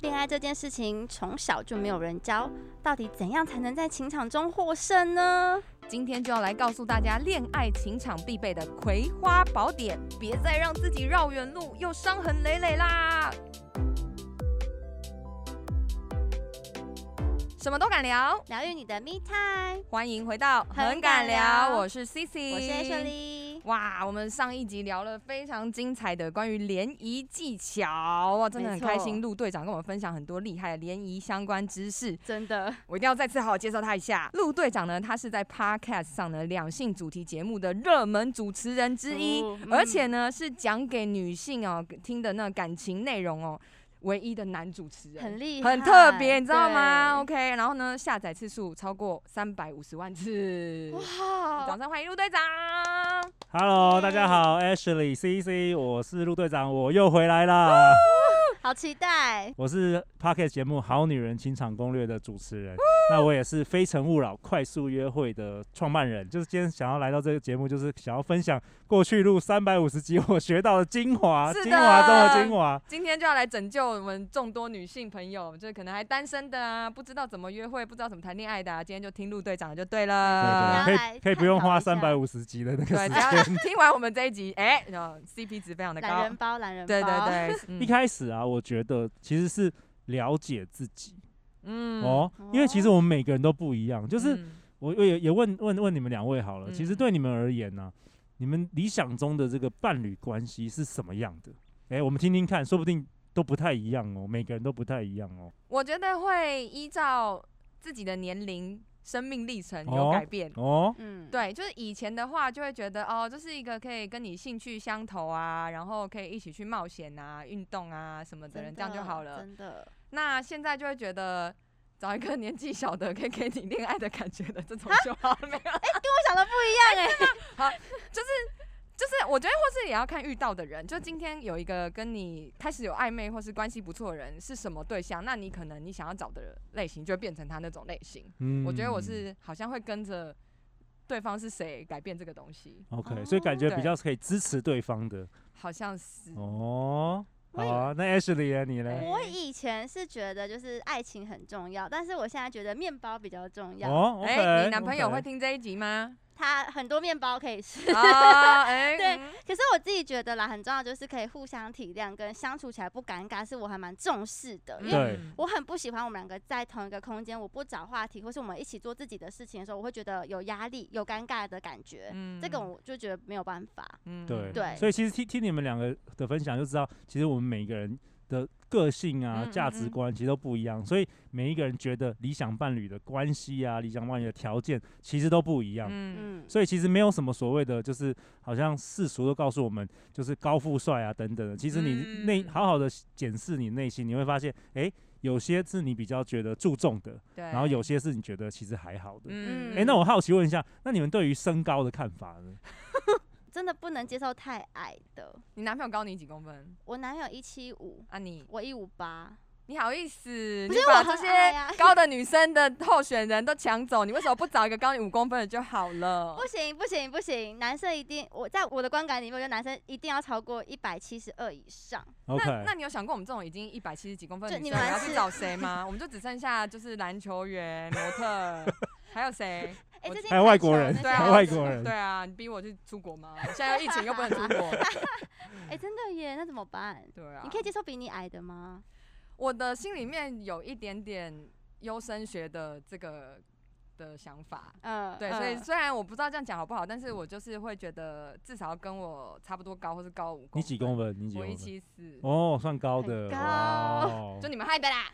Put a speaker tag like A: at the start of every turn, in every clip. A: 恋爱这件事情从小就没有人教，到底怎样才能在情场中获胜呢？
B: 今天就要来告诉大家恋爱情场必备的《葵花宝典》，别再让自己绕远路又伤痕累累啦！什么都敢聊，
A: 疗愈你的 me time，
B: 欢迎回到
A: 很
B: 很敢
A: 敢聊
B: 聊，我是 C C，
A: 我是 Ashley。
B: 哇，我们上一集聊了非常精彩的关于联谊技巧，哇，真的很
A: 没错
B: 开心。陆队长跟我们分享很多厉害的联谊相关知识，
A: 真的，
B: 我一定要再次好好介绍他一下。陆队长呢，他是在 Podcast 上的两性主题节目的热门主持人之一，
A: 哦嗯
B: 而且呢是讲给女性哦听的那感情内容哦，唯一的男主持人。
A: 很厉害，
B: 很特别，你知道吗
A: 对？
B: ？OK，然后呢，下载次数超过三百五十万次。掌
A: 哇，
B: 声欢迎陆队长。
C: Hello，
A: 耶
C: 大家好，Ashley CC，我是陆队长，我又回来啦。
A: 好期待！
C: 我是 Pocket 节目《好女人情场攻略》的主持人，那我也是《非诚勿扰》快速约会的创办人。就是今天想要来到这个节目，就是想要分享过去录三百五十集我学到的精华，
B: 是的
C: 精华中的精华。
B: 今天就要来拯救我们众多女性朋友，就是可能还单身的啊，不知道怎么约会，不知道怎么谈恋爱的、啊，今天就听陆队长的就对了。
C: 对对
A: 大家来
C: 对，可以可以不用花
A: 探
C: 三
A: 讨一
C: 百
A: 下
C: 五十集的那个
B: 对，
C: 时
B: 只要
C: 间。
B: 听完我们这一集，哎、然后 CP 值非常的
A: 懒
B: 高
A: 人。包，懒人包，
B: 对对， 对，
C: 一
B: 嗯
C: 开始啊，我觉得其实是了解自己
B: 嗯
C: 哦，因为其实我们每个人都不一样，就是。
B: 嗯
C: 我我也也问问问你们两位好了，其实
B: 嗯
C: 对你们而言呢、你们理想中的这个伴侣关系是什么样的？哎、我们听听看，说不定都不太一样哦，每个人都不太一样哦。
B: 我觉得会依照自己的年龄、生命历程有
C: 哦
B: 改变。
C: 哦，
A: 嗯，
B: 对，就是以前的话，就会觉得哦，这是一个可以跟你兴趣相投啊，然后可以一起去冒险啊、运动啊什么的
A: 真的，
B: 人，这样就好了。
A: 真的，
B: 那现在就会觉得找一个年纪小的可以给你恋爱的感觉的这
A: 啊
B: 种就好了，没有？
A: 我想的不一样哎、
B: 就是我觉得或是也要看遇到的人，就今天有一个跟你开始有暧昧或是关系不错的人是什么对象，那你可能你想要找的类型就会变成他那种类型。
C: 嗯
B: 我觉得我是好像会跟着对方是谁改变这个东西，
C: OK，、所以感觉
B: 哦
C: 比较可以支持对方的
B: 好像是。
C: 哦。
A: 我
C: 好
A: 以
C: 啊，那 Ashley 呢？你
B: 哎
C: 呢？
A: 我以前是觉得就是爱情很重要，但是我现在觉得面包比较重要。
C: 哦，OK，
B: 哎、你男朋友会
C: OK
B: 听这一集 吗？
A: 他很多面包可以吃，
B: 啊，哎、
A: 对
B: 嗯
A: 可是我自己觉得啦，很重要就是可以互相体谅，跟相处起来不尴尬，是我还蛮重视的。因为
C: 对
B: 嗯
A: 我很不喜欢我们两个在同一个空间，我不找话题，或是我们一起做自己的事情的时候，我会觉得有压力、有尴尬的感觉。
B: 嗯
A: 这个我就觉得没有办法。
B: 嗯
C: 对
A: 对
C: 所以其实听听你们两个的分享就知道，其实我们每个人的个性啊
B: 嗯、嗯
C: 价值
B: 嗯
C: 观其实都不一样，所以每一个人觉得理想伴侣的关系啊、理想伴侣的条件其实都不一样。
B: 嗯
A: 嗯，
C: 所以其实没有什么所谓的，就是好像世俗都告诉我们，就是高富帅啊等等的。其实你内
B: 嗯
C: 好好的检视你内心，你会发现，诶，有些是你比较觉得注重的，
B: 对，
C: 然后有些是你觉得其实还好的。
B: 嗯，
C: 诶，那我好奇问一下，那你们对于身高的看法呢？
A: 真的不能接受太矮的。
B: 你男朋友高你几公分
A: 我男友一七五，
B: 啊你？
A: 我一五八，
B: 你好意思？
A: 不
B: 你
A: 是
B: 把
A: 我
B: 这
A: 很矮啊
B: 些高的女生的候选人都抢走，你为什么不找一个高你五公分的就好
C: 哦
B: 了
A: 不？行不行不行，男生一定，我在我的观感里面，我觉得男生一定要超过一百七十二以上。
C: OK，
B: 那那你有想过我们这种已经一百七十几公分的
A: 就
B: 女
A: 你
B: 生，我
A: 们
B: 要去
A: 是
B: 找谁吗？我们就只剩下就是篮球员、模 特，还有谁？
A: 哎、
B: 我
A: 最近
C: 还有
A: 看
C: 外国
A: 球
C: 人
A: 那，些
B: 对啊
C: 还有
B: 我
C: 外
B: 知
C: 国人
B: 对，啊，你逼我去出国吗？现在又疫情又不能出 国。
A: 哎、真的耶，那怎么办？
B: 嗯对啊，
A: 你可以接受比你矮的吗？
B: 我的心里面有一点点优生学的这个的想法。
A: 嗯，
B: 呃对，
A: 嗯
B: 所以虽然我不知道这样讲好不好，但是我就是会觉得至少要跟我差不多高，或是高五公
C: 你几公
B: 分？
C: 分？你几
B: 我
C: 公
B: 一
C: 分？
B: 七四，
C: 哦，算高
A: 很
C: 的，
A: 高
C: 哇 哦
B: 就你们害的 啦，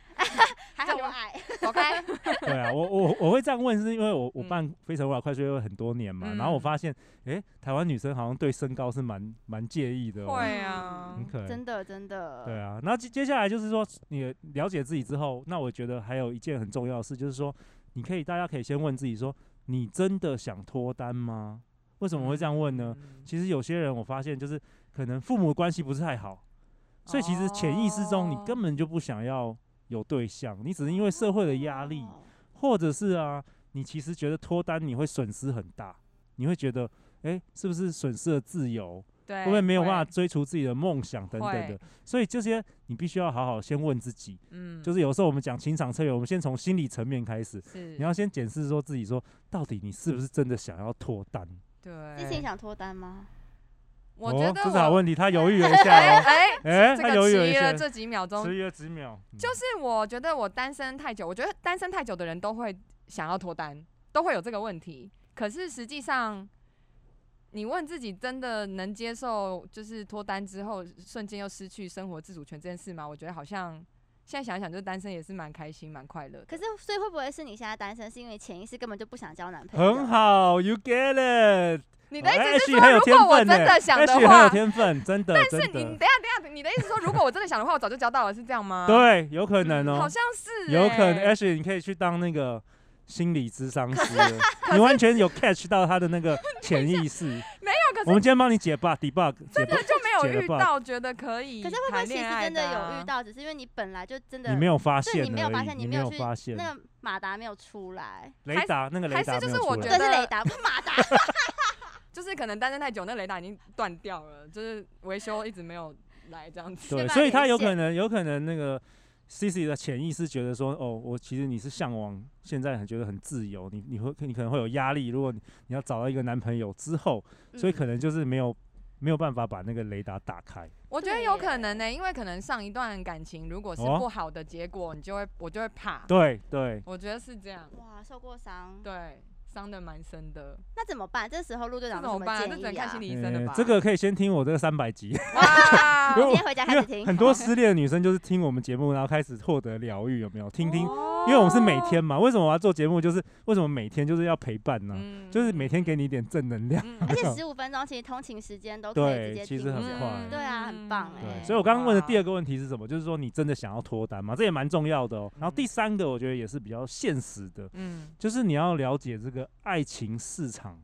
A: 还
B: 这
A: 好
B: 你
A: 我
B: 们
A: 矮，
B: 走开。
C: 对啊，我我我会这样问，是因为我我
B: 嗯
C: 办《非诚勿扰》快速约会很多年嘛，然后我
B: 嗯
C: 发现，诶，台湾女生好像对身高是蛮蛮介意的、哦，
B: 会啊
C: 很，可能。
A: 真的真的。
C: 对啊，那接接下来就是说，你了解自己之后，那我觉得还有一件很重要的事，就是说，你可以大家可以先问自己说，你真的想脱单吗？为什么会这样问呢？
B: 嗯？
C: 其实有些人我发现就是可能父母关系不是太好，所以其实潜意识中你
B: 哦
C: 根本就不想要有对象，你只是因为社会的压力，
A: 哦
B: 哦
C: 或者是啊，你其实觉得脱单你会损失很大，你会觉得，哎、是不是损失了自由，
B: 对，
C: 会不会没有办法
B: 会？
C: 追逐自己的梦想等等的
B: 会？
C: 所以这些你必须要好好先问自己，
B: 嗯，
C: 就是有时候我们讲情场策略，我们先从心理层面开始，
B: 是
C: 你要先检视说自己说到底你是不是真的想要脱单？
B: 对，
A: 之前想脱单吗？
B: 我觉
C: 哦这
B: 得
C: 是
B: 我
C: 好问题，他犹豫了一下哦，，
B: 哎
C: 哎，
B: 这
C: 他
B: 个
C: 犹豫
B: 迟
C: 了一
B: 疑
C: 下
B: 了，这几秒钟，
C: 迟疑了几秒，嗯
B: 就是我觉得我单身太久，我觉得单身太久的人都会想要脱单，都会有这个问题。可是实际上，你问自己真的能接受就是脱单之后瞬间又失去生活自主权这件事吗？我觉得好像现在想一想，就是单身也是蛮开心、蛮快乐的。
A: 可是，所以会不会是你现在单身，是因为潜意识根本就不想交男朋友？
C: 很，好，You get it。
B: 你的意思是
C: 哦，Ashley 很
B: 说，
C: 有
B: 如
C: 天
B: 果我
C: 分
B: 真
C: 呢
B: 的想的
C: ，Ashley 很有
B: 话，
C: 天分，真的，
B: 是
C: 真
B: 你等一
C: 的，
B: 下等一下，你的意思是说，如果我真的想的话，我早就交到了，是这样吗？，
C: 对，有可能哦
B: 好，像是、欸，
C: 有可能，Ashley 你可以去当那个心理咨 商师了，你完全有 catch 到他的那个潜意识。
B: 没有，可是
C: 我们今天帮你解 bug debug 解 bug，
B: 就没
C: 解了
B: 有遇
C: 吧
B: 到，觉得可以
A: 可是会不会
B: 谈
A: 其
B: 恋
A: 实
B: 爱
A: 真
B: 的
A: 的
B: 啊
A: 有遇到，只是因为你本来就真的
C: 你没有发
A: 对
C: 现而
A: 你没有发
C: 已，
A: 现，
C: 你
A: 没
C: 没有
A: 去
C: 发现，
A: 那个马达没有出来，
C: 雷达那个雷
B: 还是
C: 达
B: 就
C: 没
B: 是
C: 有
B: 我
C: 出
B: 觉
C: 来
A: 这
B: 得。
A: 是雷达，不是马达。
B: 就是可能单身太久，那雷达已经断掉了，就是维修一直没有来这样子。
A: 缺
C: 对，
A: 乏
C: 所以
A: 连
C: 他有可
A: 线
C: 能，有可能那个 C C 的潜意识觉得说，哦，我其实你是向往现在很觉得很自由，你你会你可能会有压力，如果你你要找到一个男朋友之后， 所以
B: 嗯
C: 可能就是没有没有办法把那个雷达打开。
B: 我觉得有可能呢、欸因为可能上一段感情如果是
C: 哦
B: 不好的结果，你就会我就会怕。
C: 对 对，
B: 我觉得是这样，
A: 哇，受过伤，
B: 对，伤的蛮深的。
A: 那怎么办？这时候陆队
B: 这
A: 长
B: 怎
A: 有什
B: 么
A: 么
B: 办啊？这只
A: 建
B: 能
A: 议
B: 看
A: 啊
B: 心？理医生了
C: 呃
B: 吧？
C: 这个可以先听我这个三百集，
B: 哇，
C: 因
A: 啊今
C: 为
A: 天回家开始
C: 因为
A: 听，
C: 很多失恋的女生就是听我们节目，然后开始获得疗愈，有没有？听
B: 哦
C: 听，因为我们是每天嘛，为什么我要做节目？就是为什么每天就是要陪伴呢？
B: 嗯，
C: 就是每天给你一点正能量。
B: 嗯，
A: 而
B: 而
A: 且十五分钟其实通勤时间都可以直
C: 对
A: 接
C: 其实
A: 听
C: 很
A: 完
C: 快嗯
A: 对啊很棒
C: 对，
A: 哎
C: 所以我刚刚问的第
B: 二
C: 二个问题是什么？就是说你真的想要脱单吗？这也蛮重要的哦。然后第三个，我觉得也是比较现实的，
B: 嗯，
C: 就是你要了解这个爱情市场。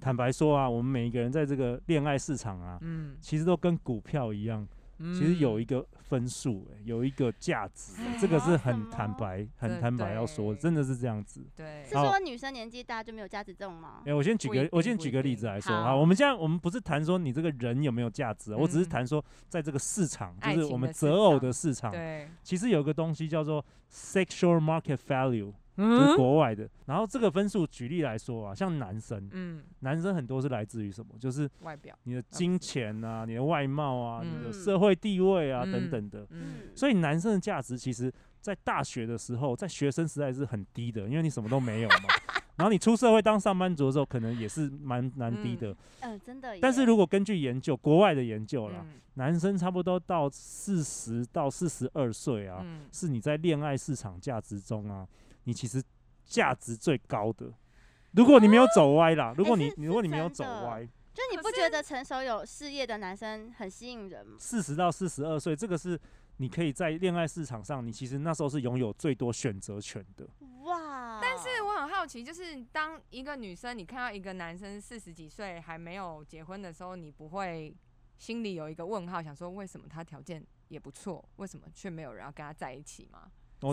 C: 坦白说啊，我们每一个人在这个恋爱市场啊，
B: 嗯
C: 其实都跟股票一样，
B: 嗯，
C: 其实有一个分数、欸，有一个价值、欸
B: 哎
C: 这个是
A: 什
C: 很
A: 么
C: 坦白、很
B: 对
C: 坦白要说的，真的是这样子。
B: 对
A: 是，说女生年纪大就没有价值这种吗
C: 哎、？我先举
B: 不一
C: 个，我
B: 定
C: 先
B: 不
C: 举
B: 一
C: 个例
B: 定
C: 子来说
B: 好
C: 啊，我们现在我们不是谈说你这个人有没有价值啊、我只是
B: 嗯
C: 谈说在这个市场，
B: 爱
C: 就是
B: 情
C: 我们
B: 的市
C: 择偶
B: 场
C: 的市场，
B: 对，
C: 其实有个东西叫做 sexual market value，就是
B: 嗯
C: 国外的。然后这个分数举例来说啊，像男生，
B: 嗯，
C: 男生很多是来自于什么？就是
B: 外表，
C: 你的金钱啊、你的外貌啊、你的
A: 嗯
C: 社会地位啊、等
B: 嗯
C: 等的。
B: 嗯，
C: 所以男生的价值其实，在大学的时候，在学生时代是很低的，因为你什么都没有嘛。 然后你出社会当上班族的时候，可能也是蛮难低的。
A: 嗯，真的耶。
C: 但是如果根据研究，国外的研究啦，
B: 嗯
C: 男生差不多到四十到四十二岁啊，
B: 嗯
C: 是你在恋爱市场价值中啊，你其实价值最高的。如果你没有走歪啦，如果你
B: 哦哎
A: 是是
C: 如果你没有
A: 真
C: 走
A: 的
C: 歪，
A: 就你
B: 可
A: 不
B: 是
A: 觉得成熟有事业的男生很吸引人吗？
C: 四十到四十二岁，这个是你可以在恋爱市场上，你其实那时候是拥有最多选择权的。
A: 哇！
B: 但是我很好奇，就是当一个女生你看到一个男生四十几岁还没有结婚的时候，你不会心里有一个问号，想说为什么他条件也不错，为什么却没有人要跟他在一起吗？
C: 我、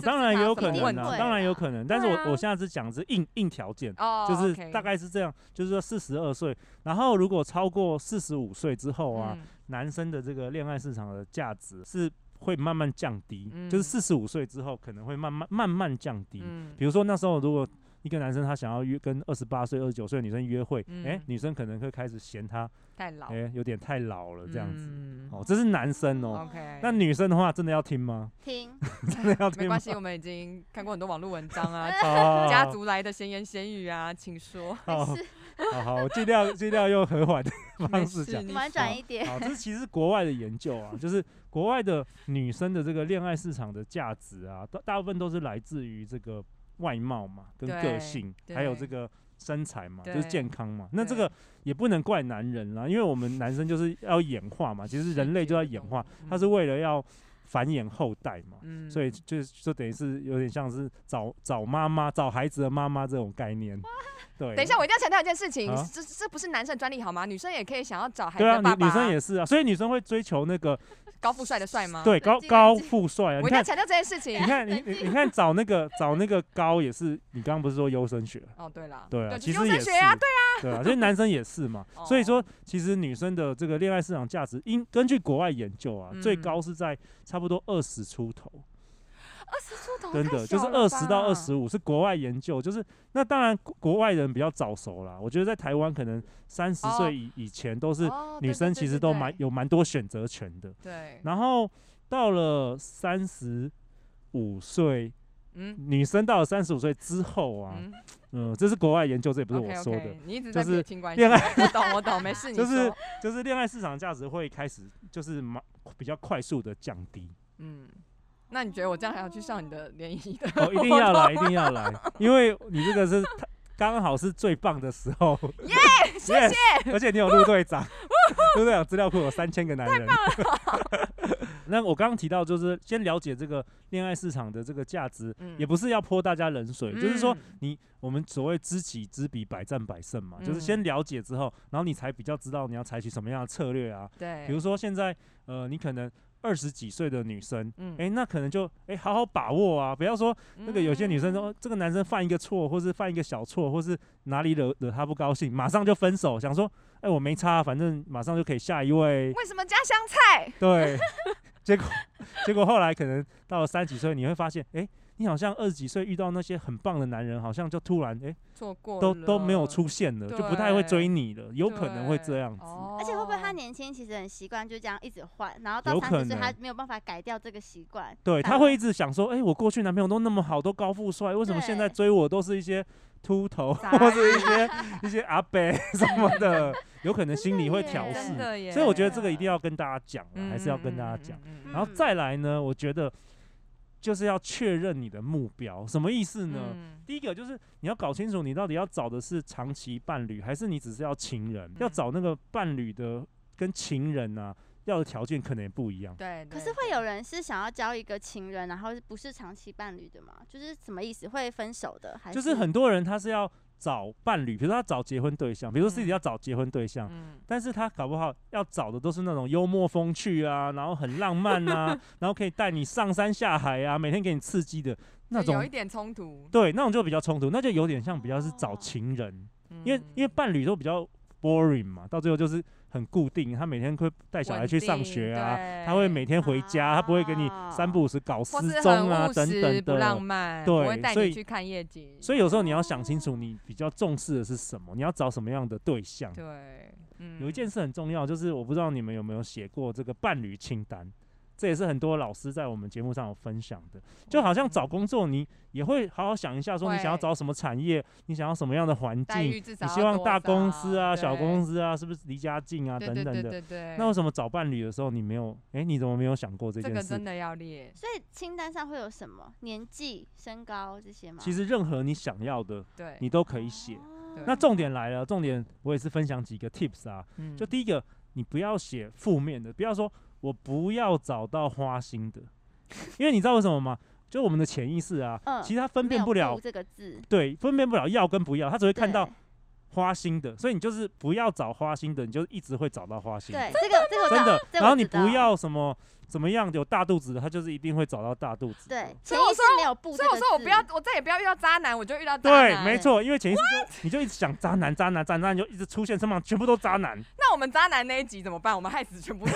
B: 是不
C: 哦当
B: 是
C: 然也
B: 他
C: 有
B: 什
C: 可
B: 么
C: 能
B: 问
C: 啊，
A: 题
C: 当然有
A: 啊
C: 可能，但是我、
B: 对啊
C: 我现在是讲的是硬硬条件。
B: 哦，
C: 就是
B: OK
C: 大概是这样就是说四十二岁，然后如果超过四十五岁之后啊，
B: 嗯
C: 男生的这个恋爱市场的价值是会慢慢降低，就是
B: 嗯
C: 四十五岁之后可能会慢慢慢慢降低。
B: 嗯
C: 比如说那时候如果一个男生他想要约跟二十八岁、二十九岁的女生约会，哎、
B: 嗯
C: 女生可能会开始嫌他
B: 太老
C: 哎、有点太老了这样子。
B: 子
C: 哦，这是男生哦。
B: 嗯 OK，
C: 那女生的话，真的要听吗？
A: 听，，
C: 真的要听
B: 没
C: 吗
B: 关？系，我们已经看过很多网络文章啊
C: 哦
B: 家族来的闲言闲语啊，请说。
C: 好
A: 没事，
C: 哦好好，我尽量尽量用和缓的
B: 没
C: 方式
B: 事
C: 讲。
A: 我
B: 你
A: 们转一点。
C: 好，这其实是国外的研究啊，就是国外的女生的这个恋爱市场的价值啊，大大部分都是来自于这个外貌嘛，跟个
B: 对
C: 性，
B: 对
C: 还有这个身材嘛，就是
B: 对
C: 健康嘛。那这个也不能怪男人啦，因为我们男生就是要演化嘛，啊其实人类就要演化，它是为了要繁衍后代嘛。
B: 嗯
C: 所以就是就等于是有点像是找找妈妈、找孩子的妈妈这种概念。对，
B: 嗯等一下，我一定要强调一件事情
C: 啊，
B: 这这不是男生的专利好吗？女生也可以想要找孩子
C: 对啊，
B: 的爸
C: 女
B: 爸。
C: 女生也是啊，所以女生会追求那个
B: 高富帅的帅吗？，
C: 对，
A: 对
C: 高
A: 这个
C: 高
A: 这
C: 富帅啊！
B: 我
C: 你
B: 一定要
C: 看，
B: 强调这件事情
C: 你。看，你你你看找那个找那个高也是，你刚刚不是说优生学？
B: 哦，对了，
C: 对啊，
B: 就
C: 其
B: 是优
C: 实也
B: 生
C: 是，
B: 学啊，对，。
C: 啊，对啊，所以男生也是嘛
B: 哦
C: 所以说，其实女生的这个恋爱市场价值，应根据国外研究啊，最
B: 嗯
C: 高是在差不多二十出头。
B: 二十出头，
C: 真的就是二十到二，十五是国外研究，就是那当然国国外人比较早熟啦。我觉得在台湾可能三十
B: 哦
C: 岁以以前都是
B: 哦
C: 女生其实都蛮。
B: 对
C: 有蛮多选择权的。
B: 对对对对，
C: 然后到了三十五岁，
B: 嗯
C: 女生到了三十五岁之后啊，
B: 嗯，
C: 嗯，这是国外研究，这也不
B: 不
C: 是我说的，
B: 你一直在
C: 就是
B: 撇清关系，
C: 恋
B: 我懂我懂，没事，你
C: 就是
B: 说
C: 就是恋爱市场价值会开始就是蛮比较快速的降低。
B: 嗯。那你觉得我这样还要去上你的联谊的？
C: 哦，一定要来，一定要来，因为你这个是太刚好是最棒的时候。耶， 谢谢。而且你有陆 队长，陆队长资料库有三千个男人。 那我刚刚提到，就是先了解这个恋爱市场的这个价值，
B: 嗯
C: 也不是要泼大家冷水，就是说
B: 嗯
C: 你我们所谓知己知彼，百战百胜嘛，就是先
B: 嗯
C: 了解之后，然后你才比较知道你要采取什么样的策略啊。
B: 对，
C: 比如说现在，呃，你可能二十几岁的女生，
B: 嗯
C: 哎、那可能就哎、好好把握啊，不要说那个有些女生说、
B: 嗯
C: 哦这个男生犯一个错，或是犯一个小错，或是哪里惹惹她不高兴，马上就分手，想说哎、我没差，反正马上就可以下一 位，
B: 为什么加香菜？
C: 对。结果结果后来可能到了三十几岁，你会发现哎、你好像二十几岁遇到那些很棒的男人，好像就突然哎、
B: 错过
C: 都
B: 了
C: 都没有，出现了，就不太会追你了，有可能会这样子。
B: 哦
A: 而且会不会他
B: 你
A: 年轻其实很习惯就这样一直换，然后到
C: 有
A: 三
C: 可
A: 十岁
C: 能
A: 他没有办法改掉这个习惯，
C: 对，
A: 大
C: 他
A: 陆
C: 会一直想说，哎、我过去男朋友都那么好，都高富帅，为什么现在
A: 对
C: 追我都是一些秃头
B: 傻
C: 或是一些一些阿伯什么的？有可能心里会
A: 耶
C: 调
A: 真
C: 试
B: 真，的耶？
C: 所以我觉得这个一定要跟大家讲啊，
B: 嗯，
C: 还是要跟大家讲。
B: 嗯。嗯嗯嗯
C: 然后再来呢，我觉得就是要确认你的目标，什么意思呢？
B: 嗯
C: 第一个就是你要搞清楚，你到底要找的是长期伴侣，还是你只是要情人？要
B: 嗯
C: 找那个伴侣的跟情人啊，要的条件可能也不一样。
B: 对，
A: 可
B: 对
A: 是会有人是想要交一个情人，然后不是长期伴侣的吗？就是什么意思？会分手的？还
C: 就是是很多人他是要找伴侣，比如说他找结婚对象，比如说自己
B: 嗯
C: 要找结婚对象，
B: 嗯
C: 但是他搞不好要找的都是那种幽默风趣啊，然后很浪漫啊， 然后可以带你上山下海啊，每天给你刺激的那
B: 就有一
C: 种。
B: 点冲突，
C: 对，那种就比较冲突，那就有点像比较是找
A: 哦
C: 情人，因为因为
B: 嗯
C: 伴侣都比较 boring 嘛，到最后就是很固定，他每天会带小孩
B: 稳
C: 去上
B: 定
C: 学啊，
B: 对啊
C: 他会每天回家，他不会给你三不五时搞
B: 或
C: 失
B: 是
C: 踪
B: 很
C: 啊
B: 务
C: 等
B: 实，
C: 等
B: 不浪
C: 的。
B: 漫，
C: 对
B: 不会带
C: 所
B: 你
C: 以
B: 去看夜景，
C: 所以有时候你要想清楚，你比较重视的是什么，你要找什么样的对象。
B: 对，嗯
C: 有一件事很重要，就是我不知道你们有没有写过这个伴侣清单，这也是很多老师在我们节目上有分享的。就好像找工作，你也会好好想一下，说你想要
B: 嗯会
C: 找什么产业，你想要什么样的环
B: 待
C: 境，
B: 遇至少
C: 你
B: 要
C: 希望
B: 多
C: 大公
B: 少
C: 司啊、小
B: 对
C: 公司啊，是不是离家近啊
B: 对
C: 等
B: 对
C: 等
B: 对
C: 的。
B: 对对，
C: 那为什么找伴侣的时候你没有？哎，你怎么没有想过这
B: 这
C: 件
B: 个
C: 事
B: 真？的要列，
A: 所以清单上会有什么？年纪、身高这些吗？
C: 其实任何你想要的，
B: 对，
C: 你都可以写。
A: 哦
C: 那重点来了，重点我也是分享几个 tips 啊。
B: 嗯
C: 就第一个，你不要写负面的，不要说我不要找到花心的，因为你知道为什么吗？就我们的潜意识啊，
A: 嗯
C: 其实他分
A: 没
C: 辨
A: 有
C: 不了
A: 不，这个字，
C: 对，分辨不了要跟不要，他只会看到
A: 对
C: 花心的，所以你就是不要找花心的，你就一直会找到花心的
A: 对，这 个这个我
C: 真
A: 知道
C: 的。
A: 这
C: 然后
A: 我
C: 你
A: 知道
C: 不要什么怎么样有大肚子的，他就是一定会找到大肚子的。
A: 对，前
B: 所以我
A: 一识没有不
B: 所
A: 这
B: 以
A: 个
B: 我
A: 字，
B: 说我不要，我再也不要遇到渣男，我就遇到渣
C: 对，
B: 男。
C: 没错，因为潜意识就你就一直想渣男、渣男、渣男，就一直出现身旁全部都渣 男，
B: 那我们渣男那一集怎么办？我们害死全部人。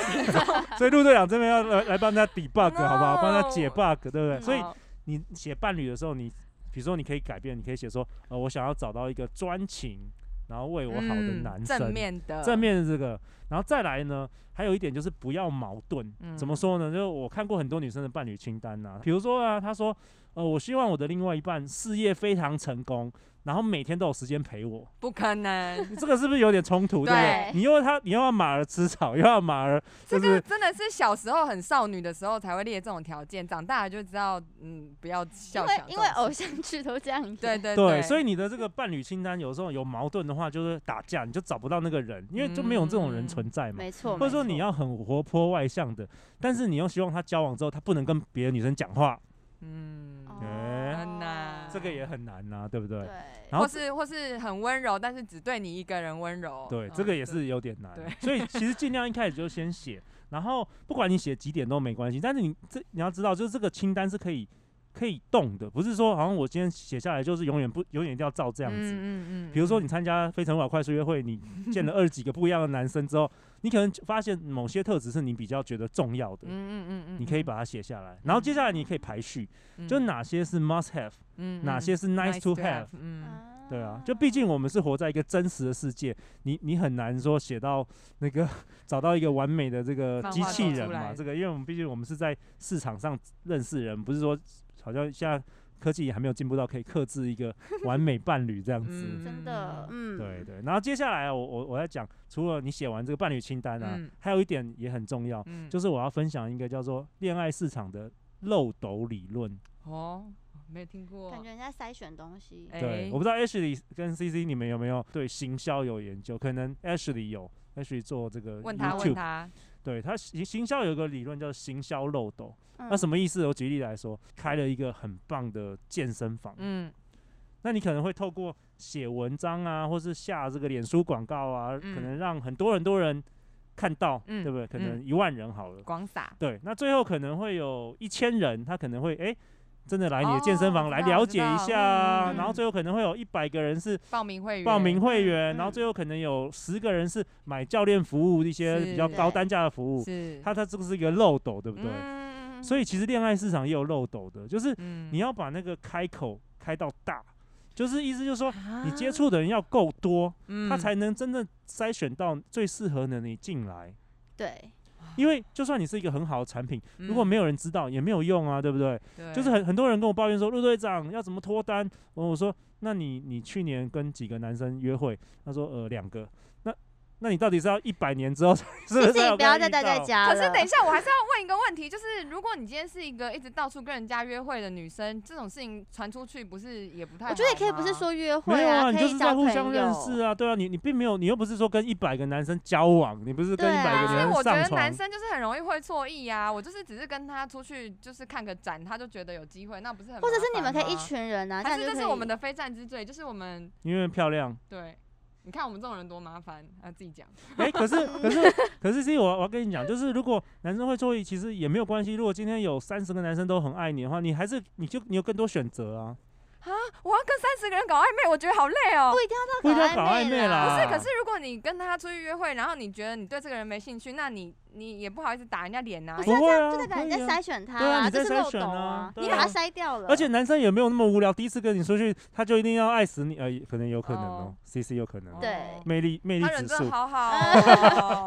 C: 所以陆队长这边要来来帮大家 debug 好不好？帮他解
B: No
C: bug，对不对？所以
B: 好
C: 你写伴侣的时候，你比如说你可以改变，你可以写说，呃，我想要找到一个专情，然后为我好的
B: 嗯
C: 男生，
B: 正面的，
C: 正面的这个，然后再来呢，还有一点就是不要矛盾。怎么
B: 嗯
C: 说呢？就是我看过很多女生的伴侣清单呐、比如说啊，她说，呃，我希望我的另外一半事业非常成功，然后每天都有时间 陪我，
B: 不可 能，
C: 这个是不是有点冲突？对不对？
A: 对
C: 你又他，你又要马儿吃草，又要 马儿，
B: 这
C: 就
B: 个
C: 是
B: 真的是小时候很少女的时候才会列这种条件，长大了就知道，嗯，不要
A: 因
B: 笑。
A: 为因为偶像剧都这样演。
B: 对对
C: 对，
B: 对，
C: 所
B: 以
C: 以你的这个伴侣清单有时候有矛盾的话，就是打架，你就找不到那个人，因为就没有这种人存在嘛。
A: 嗯没错，
C: 或者说
A: 没错
C: 你要很活泼外向的，但是你又希望他交往之后他不能跟别的女生讲话，
B: 嗯，
A: 哦
C: 哎
B: 很难
C: 这个也很难呐、对不对？
A: 对，
C: 然后
B: 或是或是很温柔，但是只对你一个人温柔。
C: 对，
B: 嗯
C: 这个也是有点难
B: 对。
C: 所以其实尽量一开始就先写，然后不管你写几点都没关系，但是你这你要知道，就是这个清单是可以可以动的，不是说好像我今天写下来就是永远不永远一定要照这样子。
B: 嗯
C: 比如说你参加《非诚勿扰》快速约会，你见了二十几个不一样的男生之后，你可能发现某些特质是你比较觉得重要的，
B: 嗯嗯嗯
C: 你可以把它写下来，然后接下来你可以排序，
B: 嗯
C: 就哪些是 must have，
B: 嗯
C: 哪些是 nice to have。
B: 嗯，
C: 对啊，就毕竟我们是活在一个真实的世界，你你很难说写到 那个找到一个完美的这个
B: 漫
C: 机
B: 画
C: 器
B: 做
C: 人
B: 出
C: 嘛，
B: 来
C: 这个因为我们毕竟我们是在市场上认识人，不是说好像现在科技也还没有进步到可以克制 一个完美伴侣这样子。
B: 嗯
A: 真的，嗯，
C: 对，对，然后接下来啊我我我在讲，除了你写完这个伴侣清单啊，
B: 嗯
C: 还有一点也很重要，
B: 嗯
C: 就是我要分享一个叫做恋爱市场的漏斗理论。
B: 哦，没有听过，
A: 感觉人家筛选东西，
B: 哎
C: 对，我不知道 Ashley 跟 CC 你们有没有对行销有研究？可能 Ashley 有，Ashley 做这个 YouTube，
B: 问他问他，
C: 对他行行销有一个理论叫行销漏斗，那
B: 嗯
A: 那
C: 什么意思？我举例来说，开了一个很棒的健身房，
B: 嗯
C: 那你可能会透过写文章啊，或是下这个脸书广告啊，
B: 嗯
C: 可能让很多很多人看到，
B: 嗯
C: 对不对？可
B: 嗯
C: 能一万人好了，
B: 广撒，
C: 对，那最后可能会有一千人，他可能会哎。诶真的来你的健身
B: 哦
C: 房来
B: 知道
C: 了
B: 知
C: 解一
B: 道
C: 下啊，
B: 嗯
C: 然后最后可能会有一百个人是
B: 报名会员，
C: 报名会员，
A: 嗯
C: 然后最后可能有十个人是买教练服务一些比较
B: 是
C: 高单价的服务，
B: 是，
C: 它它这个是一个漏斗，对不对？
B: 嗯
C: 所
B: 以
C: 以其实恋爱市场也有漏斗的，就是
B: 嗯
C: 你要把那个开口开到大，就是意思就是说你接
B: 啊，
C: 触的人要够多，他
B: 嗯
C: 才能真正筛选到最适合的你进来。
A: 对，
C: 因为就算你是一个很好的产品，如果
B: 嗯
C: 没有人知道也没有用啊，对不对？
B: 对
C: 就是很很多人跟我抱怨说，陆队长要怎么脱单？我我说，那你你去年跟几个男生约会？他说，呃，两个。那那你到底是要一百年之 后才是
A: 自
C: 是
A: 己
C: 要
A: 不要再
C: 跟他
A: 待
C: 遇
A: 在
C: 到？
A: 家
B: 可是
A: 了
B: 等一下，我还是要问一个问题，就是如果你今天是一个一直到处跟人家约会的女生，这种事情传出去不是也不太好吗？
A: 我觉得也可以不是说约
C: 没
A: 会
C: 有啊，你
A: 可
C: 就
A: 以
C: 是
A: 找
C: 在互
A: 朋
C: 相认识
A: 友。
C: 啊，对啊，你你并没有，你又不是说跟一百个男生交往，你不是跟
A: 对
C: 一百
A: 啊
C: 个
B: 因为
C: 男
B: 我觉
C: 生上
B: 得男
C: 床，
B: 生就是很容易会错意啊，我就是只是跟他出去就是看个展，他就觉得有机会，那不是很
A: 或者是你
B: 麻
A: 们
B: 烦
A: 可以一
B: 吗，
A: 群人啊，这
B: 还
A: 样
B: 是
A: 就
B: 这
A: 可
B: 是我们
A: 以
B: 的非战之罪，就是我们
C: 因为漂亮。
B: 对，你看我们这种人多麻烦啊，自己讲，
C: 哎、可是可是可是，其实我我要跟你讲，就是如果男生会错意，其实也没有关系。如果今天有三十个男生都很爱你的话，你还是你就你有更多选择啊，
B: 我要跟三十个人搞暧昧，我觉得好累哦。
C: 不一定要
A: 搞
C: 搞
A: 暧
C: 暧
A: 昧
C: 昧
A: 啦
C: 啦。
B: 不是，可是如果你跟他出去约会，然后你觉得你对这个人没兴趣，那你你也不好意思打人家脸呐、
A: 不是
C: 不会啊，
A: 就代表你在
C: 可以啊
A: 筛选他
C: 对啊
A: 啊，
C: 你
A: 这
C: 在
A: 是
C: 筛
A: 漏
C: 选
A: 斗
C: 啊
A: 啊，
C: 对
A: 你把它
C: 啊
A: 筛掉了。
C: 而且男生也没有那么无聊，第一次跟你出去，他就一定要爱死你，呃，可能有可能哦
B: 哦
C: ，C C 有可能哦，
A: 对，
B: 哦
C: 魅力魅力
B: 他人
C: 指
B: 真的
C: 数。
B: 好好、哦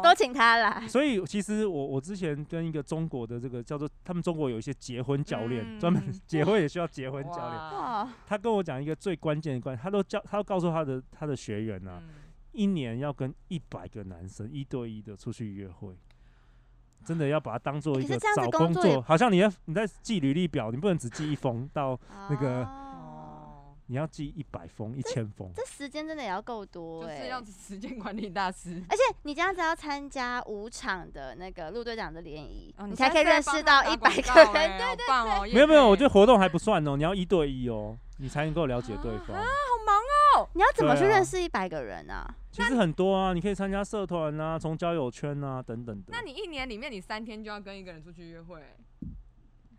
A: 都请他来，
C: 所以其实我我之前跟一个中国的这个叫做他们中国有一些结婚教练，
B: 嗯
C: 专、门结婚也需要结婚教练，
B: 哇，
A: 哇，
C: 他跟我讲一个最关键的关，他都教他都告诉他的他的学员呢、
B: 嗯
C: 一年要跟一百个男生一对一的出去约会，真的要把它当做
A: 欸
C: 一
A: 可
C: 个
A: 是这样子
C: 找
A: 工
C: 工
A: 作也
C: 作，好像你在你在寄履历表，你不能只寄一封，到那个
A: 哦
C: 你要寄一百封、一千封。
A: 这时间真的也要够多
B: 就
A: 哎、
B: 是要时间管理大师。
A: 而且你这样子要参加五场的那个陆队长的联谊、
B: 哦
A: 你才可以认识到一百个人。 对，
B: 哎对对对，
C: 没有没有，我觉
B: 得
C: 得活动还不算哦，你要一对一哦， 你才能够了解对方。
B: 好忙啊。
A: 你要怎么去
C: 对啊
A: 认识一百个人啊？
C: 其实很多啊，你可以参加社团啊，从交友圈啊等等的
B: 那。你一年里面你三天就要跟一个人出去约会，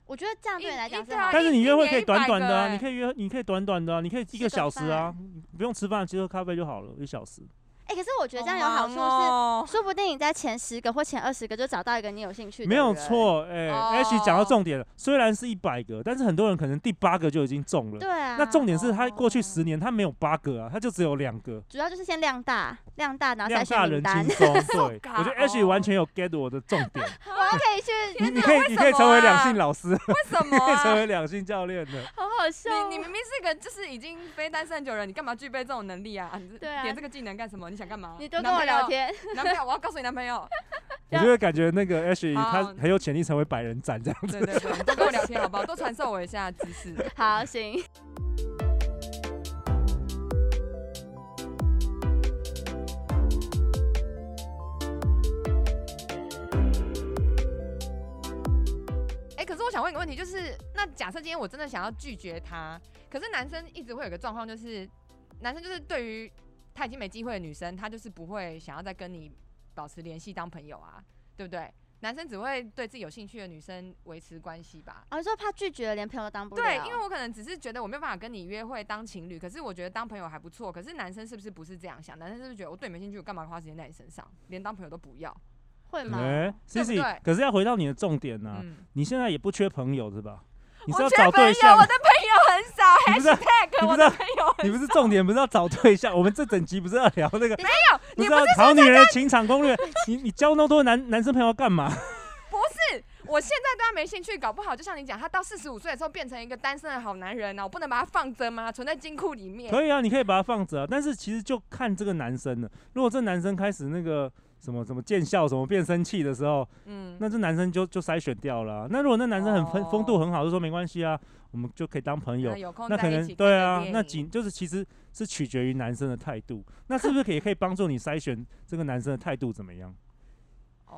A: 我觉得这样对你来讲
B: 一
A: 是
B: 一对啊
A: 好
C: 但是你约会可以短短的
B: 一年100个
C: 啊，
B: 欸
C: 你可以约，你可以短短的啊，你可以一
A: 吃个
C: 个小时啊，你不用吃饭，其实喝咖啡就好了，一小时。
A: 哎、可是我觉得这样有好处是，
B: 哦
A: 说不定你在前十个或前二十个就找到一个你有兴趣的人。
C: 没有。错，哎、
B: 哦
C: h 讲到重点了。虽然是一百个，但是很多人可能第八个就已经中了。
A: 对啊。
C: 那重点是他过去
B: 哦
C: 十年他没有八个啊，他就只有两个，
A: 主要就是先量大，量大，然后
C: 量
A: 筛
C: 大
A: 选名
C: 人
A: 单
C: 轻。松。对，
B: 尬
C: 我觉得
B: 哦
C: H 完全有 get 我的重点。
A: 我要可以去，
C: 你你
B: 哪
C: 可以
B: 为
C: 你
B: 什
C: 可以成为
B: 么
C: 两
B: 啊
C: 性老师，
B: 为什么
C: 可以成
B: 啊？
C: 为两性教练 的。
A: 好好笑哦
B: 你你明明是个就是已经非单身很久的人，你干嘛具备这种能力啊？啊你这
A: 对啊
B: 点这个技能干什么？你想干嘛？
A: 你多跟我聊 天，
B: 男朋友，男朋友，我要告诉你男 朋友。
C: 我就会感觉那个 H
B: 好
C: 他很有潜力成为百人斩这样
B: 对
C: 子。
B: 对对，你多跟我聊天好不好？多传授我一下 知识。
A: 好行。
B: 哎、可是我想问一个问题，就是那假设今天我真的想要拒绝他，可是男生一直会有个状况，就是男生就是对于他已经没机会的女生，他就是不会想要再跟你保持联系当朋友啊，对不对？男生只会对自己有兴趣的女生维持关系吧。
A: 哦，你说怕拒绝了，连朋友都当不了。
B: 对，因为我可能只是觉得我没有办法跟你约会当情侣，可是我觉得当朋友还不错。可是男生是不是不是这样想？男生是不是觉得我对你没兴趣，我干嘛花时间在你身上，连当朋友都不要？
A: 会吗？
C: 哎
B: 对不
C: ，Cici，
B: 对
C: 可是要回到你的重点呢、
B: 嗯，
C: 你现在也不缺朋友是吧？你是
B: 我
C: 要
B: 缺
C: 找
B: 朋
C: 对
B: 友，
C: 象
B: 我，的朋友很少。
C: 你不是
B: hashtag
C: 你
B: 我
C: 不知
B: 的
C: 道
B: 朋友很
C: 你不是重点，不是要找对象。我们这整集不是要聊 那个，没
B: 有
C: 不
B: 你
C: 是
B: 不
C: 要好女人的情场攻略。你你交那么多男男生朋友 干嘛？
B: 我现在对他没兴趣，搞不好就像你讲，他到四十五岁的时候变成一个单身的好男人啊，我不能把他放着吗？存在金库里面。
C: 可以啊，你可以把它放着、啊，但是其实就看这个男生了。如果这男生开始那个什么什么见笑、什么变生气的时候，
B: 嗯，
C: 那这男生就就筛选掉了啊、那如果那男生很风
B: 哦
C: 风度很好，就说没关系啊，我们就可以当朋友
B: 那。有空
C: 那
B: 在
C: 可
B: 一
C: 能
B: 起看
C: 对
B: 个
C: 啊，
B: 电
C: 那
B: 影
C: 仅就是其实是取决于男生的态度。那是不是可以可以帮助你筛选这个男生的态度怎么样？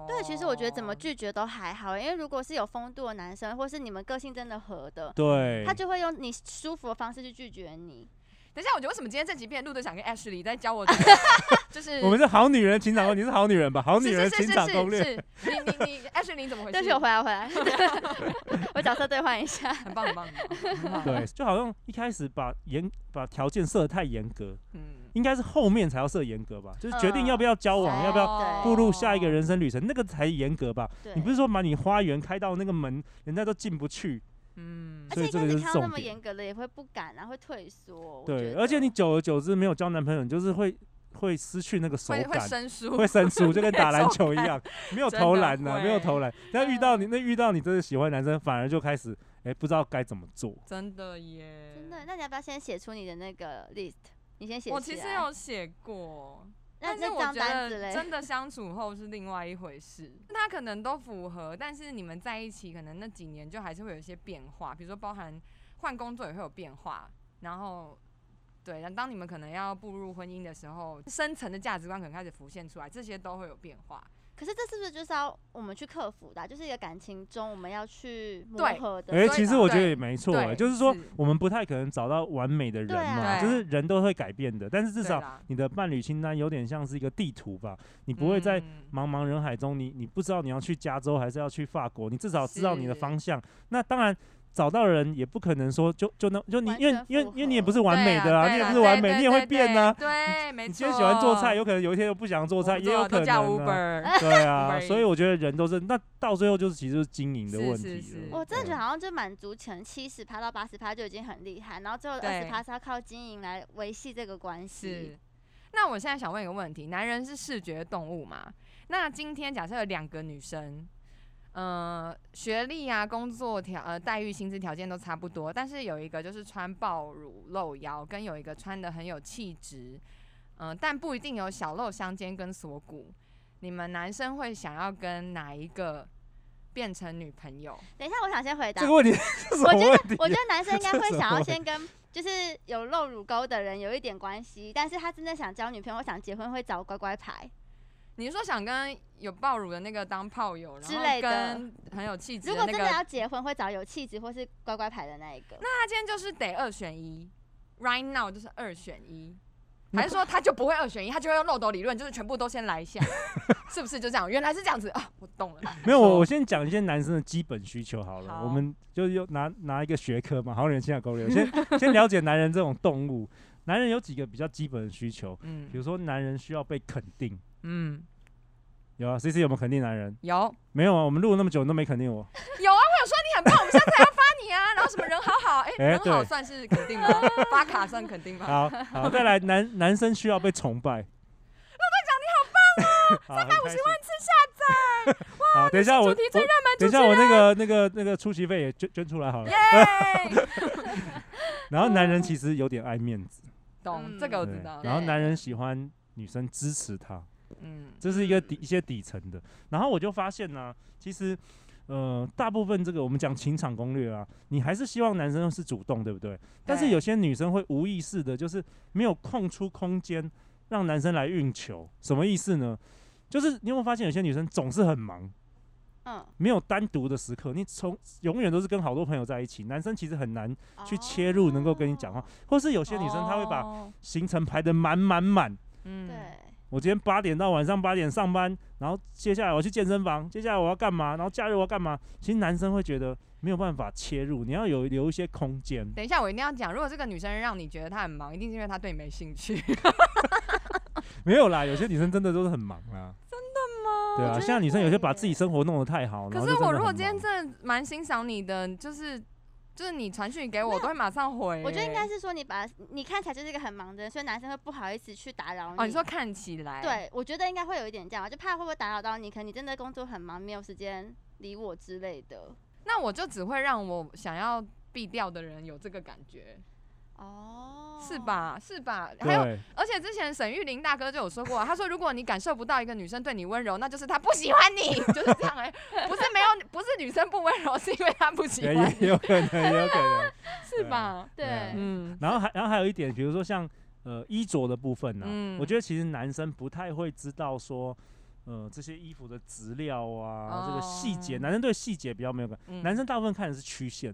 A: 对，其实我觉得怎么
B: 哦
A: 拒绝都还好，因为如果是有风度的男生，或是你们个性真的合的，
B: 嗯
C: 对，
A: 他就会用你舒服的方式去拒绝你。
B: 等一下，我觉得为什么今天这集片录的想跟 Ashley 在教我 这个，就是
C: 我们是好女人情场攻略，你是好女人吧？好
B: 是
C: 女
B: 是
C: 人
B: 是
C: 情
B: 是
C: 场攻略，
B: 是，是你你你 Ashley 你怎么回事？
A: 但是我回来回来， 我角色兑换一下。
B: 很棒很棒，很棒，
C: 对，就好像一开始把严把条件设得太严格，
B: 嗯，
C: 应该是后面才要设严格吧？就是决定
A: 嗯
C: 要不要交往，
A: 对
C: 要不要
B: 哦
C: 步入下一个人生旅程，那个才严格吧？
A: 对，
C: 你不是说把你花园开到那个门，人家都进不去？
B: 嗯
A: 而
C: 所
A: 且
C: 以
A: 一
C: 这
A: 开
C: 个就
A: 始
C: 是
A: 看到那
C: 重
A: 么
C: 点
A: 严格的也会不敢啊，会退缩。我
C: 对，
A: 觉
C: 而且
A: 得
C: 你久而久之没有交男朋友，你就是会会失去那个手
B: 会会
C: 感。
B: 生疏，
C: 会生疏，就跟打篮球 一
B: 手
C: 样，没有
B: 真
C: 投
B: 的
C: 篮呐、没有
B: 会嗯
C: 投篮。但遇到你，那遇到你真的喜欢的男生，反而就开始，哎、不知道该怎么做。
B: 真的耶，
A: 真的，那你要不要先写出你的那个 list？你先写起来。
B: 我其实有写过，
A: 那
B: 但是
A: 那
B: 我
A: 张
B: 觉
A: 单子
B: 得
A: 嘞，
B: 真的相处后是另外一回事，他可能都符合，但是你们在一起可能那几年就还是会有一些变化，比如说包含换工作也会有变化，然后对，当你们可能要步入婚姻的时候，深层的价值观可能开始浮现出来，这些都会有变化。
A: 可是这是不是就是要我们去克服的啊、就是一个感情中我们要去磨
B: 对
A: 合的。
C: 哎、
B: 所以
C: 其实
B: 呢
C: 我觉得
B: 对
C: 也没错、
B: 对
C: 哎，就是说
B: 是
C: 我们不太可能找到完美的人
A: 对啊
C: 嘛，
B: 对
C: 就是人都会改变的。但是至
B: 对
C: 少
B: 啦
C: 你的伴侣清单有点像是一个地图吧，你不会在
B: 嗯
C: 茫茫人海中，你你不知道你要去加州还是要去法国，你至少知道你的
B: 是
C: 方向。那当然。找到人也不可能说就就能就你，
A: 完
C: 因为
A: 全
C: 因为
A: 符
C: 因为你也
A: 合
C: 不是完美
B: 对
C: 的啊，
B: 对
C: 你也不
B: 啦
C: 是完
B: 对
C: 美，
B: 对
C: 你也
B: 对啊
C: 会变
B: 对
C: 呐、
B: 对，没错。
C: 你今天喜欢做菜，有可能有一天又不想做
B: 我
C: 菜，
B: 不
C: 也有
B: 做
C: 可
B: 都叫
C: 能、啊。
B: Uber，
C: 对啊，
B: Uber
C: 所以我觉得人都是，那到最后就是其实就是经营的
B: 是
C: 问
B: 是
C: 题了。
B: 是
A: 我真的觉
C: 对
A: 得好像就满足前七十趴到八十趴就已经很厉害，然后最后二十
B: 对
A: 趴是要靠经营来维系这个关系。
B: 是。那我现在想问一个问题：男人是视觉动物嘛？那今天假设有两个女生，呃，学历啊、工作条呃、待遇、薪资条件都差不多，但是有一个就是穿爆乳露腰，跟有一个穿的很有气质，嗯、但不一定有小露香肩跟锁骨。你们男生会想要跟哪一个变成女朋友？
A: 等一下，我想先回答。
C: 这个问题是什
A: 我
C: 么
A: 觉
C: 问题啊
A: 得，？我觉得男生应该
C: 这
A: 会
C: 什么
A: 想要
C: 问
A: 先跟就是有露乳沟的人有一点关系，但是他真的想交女朋友、想结婚会找乖乖牌
B: 你是说想跟有爆乳的那个当炮友，然
A: 之
B: 后
A: 类的
B: 跟很有气质
A: 如
B: 的
A: 果
B: 那
A: 真
B: 个
A: 的要结婚，会找有气质或是乖乖牌的那一个。
B: 那他今天就是得二选一，right now 就是二选一，还是说他就不会二选一，他就会用漏斗理论，就是全部都先来一下，是不是就这样？原来是这样子啊，我懂了。
C: 没有，
B: 说
C: 我我先讲一些男生的基本需求好了。
B: 好
C: 我们就用拿拿一个学科嘛，好女人情感 攻略，先先了解男人这种动物。男人有几个比较基本的需求，比
B: 嗯
C: 如说男人需要被肯定。
B: 嗯，
C: 有啊，C C 有没有肯定男人？
B: 有我
C: 没有啊，我们录了那么久你都没肯 定
B: 有
C: 我。
B: 说你很棒，我们下次还要发你啊。然后什么人好好，哎、
C: 哎
B: 人好
C: 对
B: 算是肯定吗？发卡算肯定吗？
C: 好好，再来男男生需要被崇拜。陆队 长你好棒哦，三百五十万次下载。好，等一下我
B: 主题最
C: 我等一下我那个那个那个出席费也捐捐出来好了。
B: 耶，
C: 然后男人其实有点爱面子，
B: 懂
A: 嗯
B: 这个我
C: 对
B: 知道。
C: 然后男人喜欢女生支持他。
B: 嗯，
C: 这是一个底一些底层的。然后我就发现呢、其实呃，大部分这个我们讲情场攻略啊，你还是希望男生是主动，对不对？但是有些女生会无意识的，就是没有空出空间让男生来运球，什么意思呢？就是你有没有发现有些女生总是很忙，
A: 嗯，
C: 没有单独的时刻，你从永远都是跟好多朋友在一起，男生其实很难去切入能够跟你讲话
A: 哦。，
C: 或是有些女生她会把
B: 哦
C: 行程排得满满满，
B: 嗯
A: 对，
C: 我今天八点到晚上八点上班，然后接下来我要去健身房，接下来我要干嘛，然后假日我要干嘛？其实男生会觉得没有办法切入，你要有留一些空间。
B: 等一下，我一定要讲，如果这个女生让你觉得她很忙，一定是因为她对你没兴趣
C: 没有啦，有些女生真的都是很忙啦。对
B: 我
C: 啊，
B: 觉得
C: 像女生有些
A: 会
C: 把
A: 耶
C: 自己生活弄得太好，然
B: 可
C: 后
B: 是
C: 就真
B: 我
C: 的
B: 如果
C: 很
B: 今天
C: 忙
B: 真的蛮欣赏你的，就是就是你传讯给我，我都会马上回欸、
A: 我觉得应该是说你把你看起来就是一个很忙的人，所以男生会不好意思去打扰你。
B: 哦，你说看起来，，
A: 对，我觉得应该会有一点这样，就怕会不会打扰到你，可能你真的工作很忙，没有时间理我之类的。
B: 那我就只会让我想要避掉的人有这个感觉，
A: 哦，
B: 是？吧？是吧？还有，
C: 对，
B: 而且之前沈玉琳大哥就有说过啊、他说如果你感受不到一个女生对你温柔，那就是她不喜欢你，就是这样哎、不是没有，不是女生不温柔，是因为她不喜
C: 也
B: 欢，
C: 也有可能，也有可 能。
B: 是吧？
A: 对，
B: 嗯，
C: 然后还然后还有一点，比如说像呃衣着的部分呢、
B: 嗯
C: 我觉得其实男生不太会知道说。呃，这些衣服的质料啊，这个细节，
B: 哦
C: 男生对细节比较没有感，
B: 嗯
C: 男生大部分看的是曲线，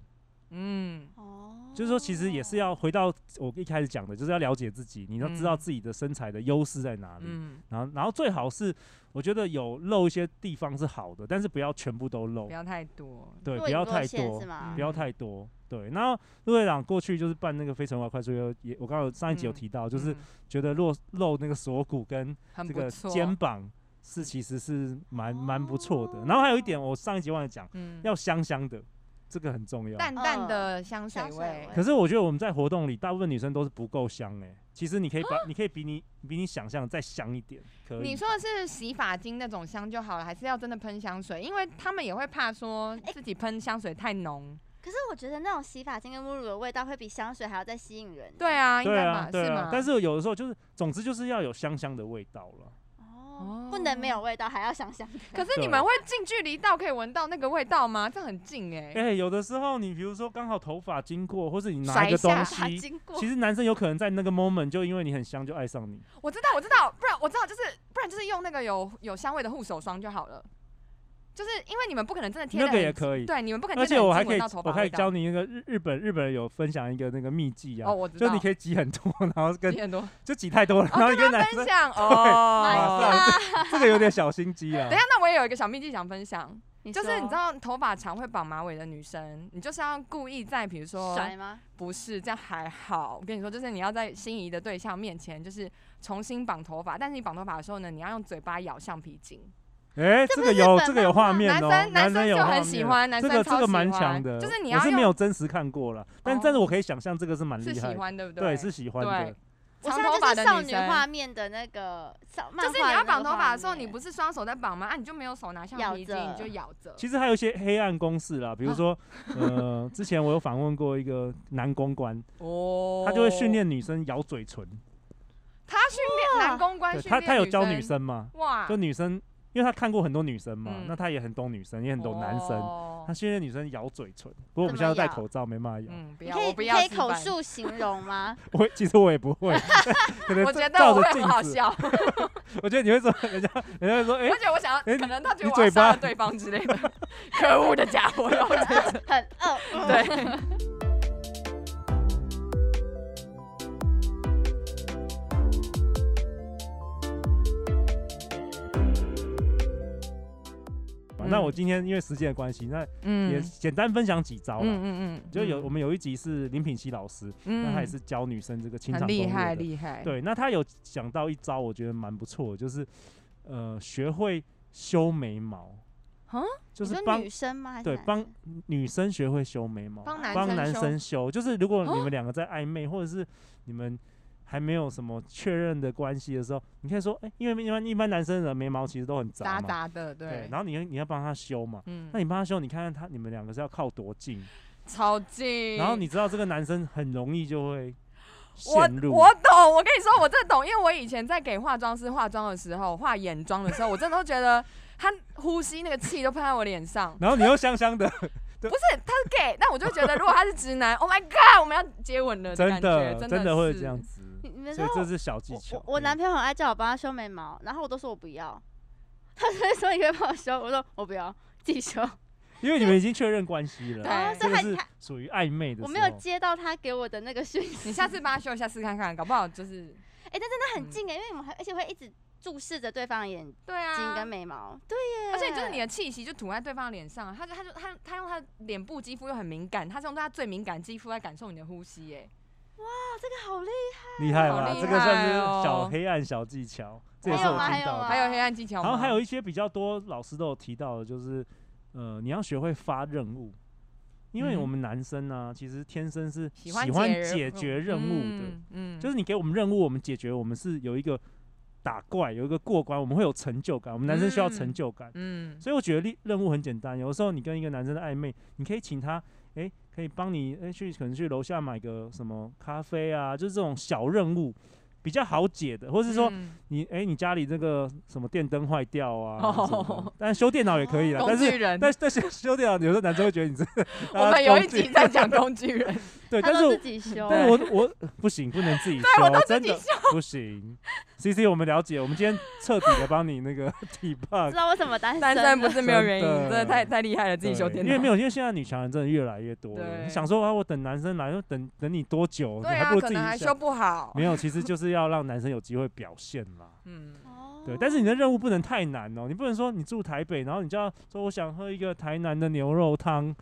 B: 嗯，
A: 哦，
C: 就是说其实也是要回到我一开始讲的，就是要了解自己，你要知道
B: 嗯
C: 自己的身材的优势在哪里，
B: 嗯，
C: 然后然后最好是我觉得有露一些地方是好的，但是不要全部都露
B: 不，要太多，
C: 对，
A: 若
C: 不
A: 隐
C: 要
A: 若
C: 太
A: 现
C: 多
A: 是，吗
B: 嗯
C: 不？要太多。对，然后陆队长过去就是办那个《非诚勿扰》快速约，也我刚刚有上一集
B: 嗯
C: 有提到，就是
B: 嗯
C: 觉得露露那个锁骨跟
B: 很
C: 这
B: 不
C: 个
B: 错，
C: 肩膀是其实是蛮蛮不错
B: 哦
C: 的。然后还有一点，我上一集忘了讲，
B: 嗯，
C: 要香香的，这个很重要。
B: 淡淡的嗯香水
A: 香水
B: 味
A: 味，
C: 可是我觉得我们在活动里，大部分女生都是不够香哎、其实你可以把，你可以比你比你想象的再香一点，可以
B: 啊你。说的是洗发精那种香就好了，还是要真的喷香水？因为他们也会怕说自己喷香水太浓。
A: 可是我觉得那种洗发精跟沐浴乳的味道会比香水还要再吸引人。
B: 对啊，应
C: 对
B: 该
C: 啊
B: 吧？，
C: 对
B: 是
C: 啊
B: 吗？。
C: 但是有的时候就是，总之就是要有香香的味道了。
A: 哦，不能没有味道，还要香香的。
B: 可是你们会近距离到可以闻到那个味道吗？这很近哎、
C: 哎、有的时候你比如说刚好头发经过，或是你拿
B: 甩
C: 一
B: 一
C: 个东
B: 下
A: 它
C: 西，
A: 经过
C: 其实男生有可能在那个 moment 就因为你很香就爱上你。
B: 我知道，我知道，不然我知道，就是不然就是用那个有有香味的护手霜就好了。就是因为你们不可能真的贴得
C: 那个
B: 很
C: 也
B: 近
C: 可以
B: 对，你们不可能
C: 而
B: 贴
C: 且
B: 得
C: 我
B: 很
C: 还
B: 近
C: 可
B: 闻
C: 以
B: 到头，发味
C: 我
B: 道。
C: 可以教你一个日日本日本人有分享一个那个秘技啊，
B: 哦我知
C: 就
B: 道
C: 你可以挤很多，然后跟
B: 你很多
C: 就挤太多了，然后一个男生
B: 分， 享
C: 啊
A: 哎
B: 哦。
C: 马上这个有点小心机啊
B: 等一。下，那我也有一个小秘技想分享，
A: 你
B: 就是
A: 说
B: 你知道头发长会绑马尾的女生，你就是要故意在比如说
A: 甩吗？
B: 不是这样还好，我跟你说，就是你要在心仪的对象面前，就是重新绑头发，但是你绑头发的时候呢，你要用嘴巴咬橡皮筋。
C: 哎、
A: 这
C: 这
A: 不
C: 个
A: 是
C: 有
A: 日
C: 这
A: 本
C: 个有
A: 漫
C: 画
A: 画
C: 面
B: 男
C: 哦，
B: 生
C: 男
B: 男
C: 生有
B: 就
C: 画
B: 很
C: 面
B: 喜欢，男
C: 这
B: 生
C: 个
B: 超
C: 这个
B: 喜
C: 蛮
B: 欢
C: 强的，
B: 就是你
C: 我
B: 要
C: 是
B: 用
C: 没有真实看过了，但但是
B: 哦
C: 我可以想象这个是蛮
B: 是
C: 厉害
B: 喜
C: 的，
B: 欢，对不
C: 对，
B: 对，
C: 是喜欢的
B: 对。。
A: 我
B: 长
A: 现
B: 头
A: 在
B: 发
A: 就
B: 的
A: 是少
B: 女
A: 女
B: 生
A: 画面的那个少漫
B: 就是
A: 画的
B: 你要
A: 那个
B: 绑头
A: 画
B: 发的时候，你
A: 面
B: 不是双手在绑吗？啊，你就没有手拿橡
A: 咬
B: 皮筋，
A: 着
B: 你就咬着。
C: 其实还有一些黑暗公式啦，
B: 啊
C: 比如说，呃，之前我有访问过一个男公 关，
B: 哦
C: 他就会训，练女生咬嘴唇，
B: 他训练男公关
C: 对
B: 训
C: 他
B: 练
C: 他有教女
B: 女生，
C: 生嘛，
B: 哇，
C: 就女生，因为他看过很多女生嘛，
B: 嗯
C: 那他也很懂女生，也很懂男生，
B: 哦
C: 他训练女生咬嘴唇。不过我们
A: 怎么
C: 现在都戴
A: 咬
C: 口罩，没办法咬。
B: 嗯，不
A: 你
B: 要，
A: 可以
B: 我不
A: 你
B: 要
A: 可以
B: 示
A: 口
B: 范。
A: 述形容吗？
C: 我其实我也不会，可能
B: 我
C: 照
B: 觉得
C: 照
B: 我
C: 着
B: 会
C: 镜
B: 很好
C: 子，
B: 笑，
C: 我觉得你会说人家人家会说哎、
B: 而且我想要，
C: 哎
B: 可能他觉得
C: 你
B: 我
C: 嘴
B: 要杀
C: 巴
B: 了对方之类的。 可恶的家伙，然后
A: 很饿，嗯
B: 对。嗯
C: 那我今天因为时间的关系，那也
B: 嗯
C: 简单分享几招啦。
B: 嗯嗯
C: 就有我们有一集是林品熙老师，那他也是教女生这个情
B: 很
C: 场攻略
B: 厉
C: 的
B: 害厉害，，
C: 对，那他有讲到一招，我觉得蛮不错的，就是呃，学会修眉毛
B: 啊，
C: 就
A: 你
C: 是
A: 说
C: 帮
A: 女生吗？还是
C: 对
A: 男
C: 帮
A: 生
C: 女生学会修眉毛，
B: 帮
C: 帮
B: 男
C: 男
B: 修
C: 生修。就是如果你们两个在暧昧，或者是你们还没有什么确认的关系的时候，你可以说，哎、因为一般一般男生的眉毛其实都很杂
B: 杂
C: 嘛，
B: 杂的，
C: 对
B: 对，，
C: 然后你要你要帮他修嘛。
B: 嗯
C: 那，你帮他修，你看看他你们两个是要靠多近，
B: 超近。
C: 然后你知道这个男生很容易就会
B: 我
C: 陷入，
B: 我懂，我跟你说，我真的懂，因为我以前在给化妆师化妆的时候，化眼妆的时候，我真的都觉得他呼吸那个气都喷在我脸上。
C: 然后你又香香的，
B: 不是，他是 gay，但我就觉得如果他是直男 ，Oh my god，我们要接吻了
C: 真
B: 感觉，
C: 的
B: 真
C: 真的会
B: 是
C: 这样。子，
A: 你你们知
C: 所以
A: 道
C: 这是小技
A: 嗯我
C: 巧嗯
A: 我。我男朋友很爱叫我帮他修眉毛，然后我都说我不要，他就会说你可以帮我修，我说我不要，自己修。
C: 因为你们已经确认关系了，
A: 然后所
B: 对
C: 这
A: 以
C: 个
A: 他
C: 是
A: 他
C: 属于暧昧的时候。
A: 我没有接到他给我的那个讯息，
B: 你下次帮他修一下试看看，搞不好就是
A: 欸
B: 嗯
A: 哎、但真的很近哎、因为我们还而且会一直注视着对方的眼睛
B: 对啊，
A: 跟眉毛，对啊耶，
B: 而且就是你的气息就吐在对方的脸上，他就他就他他用他的脸部肌肤又很敏感，他是用他最敏感肌肤来感受你的呼吸，哎，
A: 这个好厉
C: 厉害
B: 好
C: 吧？
B: 厉
C: 这个算是
B: 害哦
C: 小黑暗小技巧，这也
A: 还
C: 是
A: 有
C: 我
A: 吗还
C: 听
A: 有
C: 到的
A: 吗。
B: 还有黑暗技巧
C: 然后
B: 吗？
C: 还有一些比较多老师都有提到的，就是呃，你要学会发任务，因为
B: 嗯
C: 我们男生呢、其实天生是
B: 喜
C: 喜
B: 欢
C: 欢
B: 解
C: 解决任务的，
B: 嗯，嗯
C: 就是是你给我们任务，我们解决，我们是有一个打怪，有一个过关，我们会有成就感。我们男生需要成
B: 嗯
C: 就感，
B: 嗯，
C: 所以我觉得任任务很简单。有的时候你跟一个男生的暧昧，你可以请他，诶，可以帮你，诶，去可能去楼下买个什么咖啡啊，就是这种小任务比较好解的，或是说
B: 嗯
C: 你，诶，你家里这个什么电灯坏掉啊，什么的
B: 哦
C: 但修电脑也可以啦。
B: 工
C: 但
B: 具
C: 是
B: 人，
C: 但但是修电脑，有时候男生会觉得你这，
B: 我
C: 啊
B: 们有一
C: 工具
B: 集在讲工具人，
C: 对，
A: 害，他
C: 但是
A: 都
C: 我
A: 自己修，
C: 但是我我不行，不能自己修，真的不行。C C，我们了解，我们今天彻底的帮你那个 体棒
A: 知，道为什么单
B: 单
A: 身
B: 身不
A: 了
B: 是没有原因，
C: 真
B: 真
C: 的
B: 的太太厉害了，自己修
C: 对
B: 电脑，
C: 因为没有，因为现在女强人真的越来越多了。
B: 对
C: 你想说啊，我等男生来，又等等你多久？
B: 对
C: 你还
B: 啊，
C: 不如
B: 可
C: 自己
B: 能还修
C: 想。
B: 不好，
C: 没有，其实就是要让男生有机会表现啦。
B: 嗯，
A: 哦
C: 对，但是你的任务不能太难哦，你不能说你住台北，然后你就要说我想喝一个台南的牛肉汤，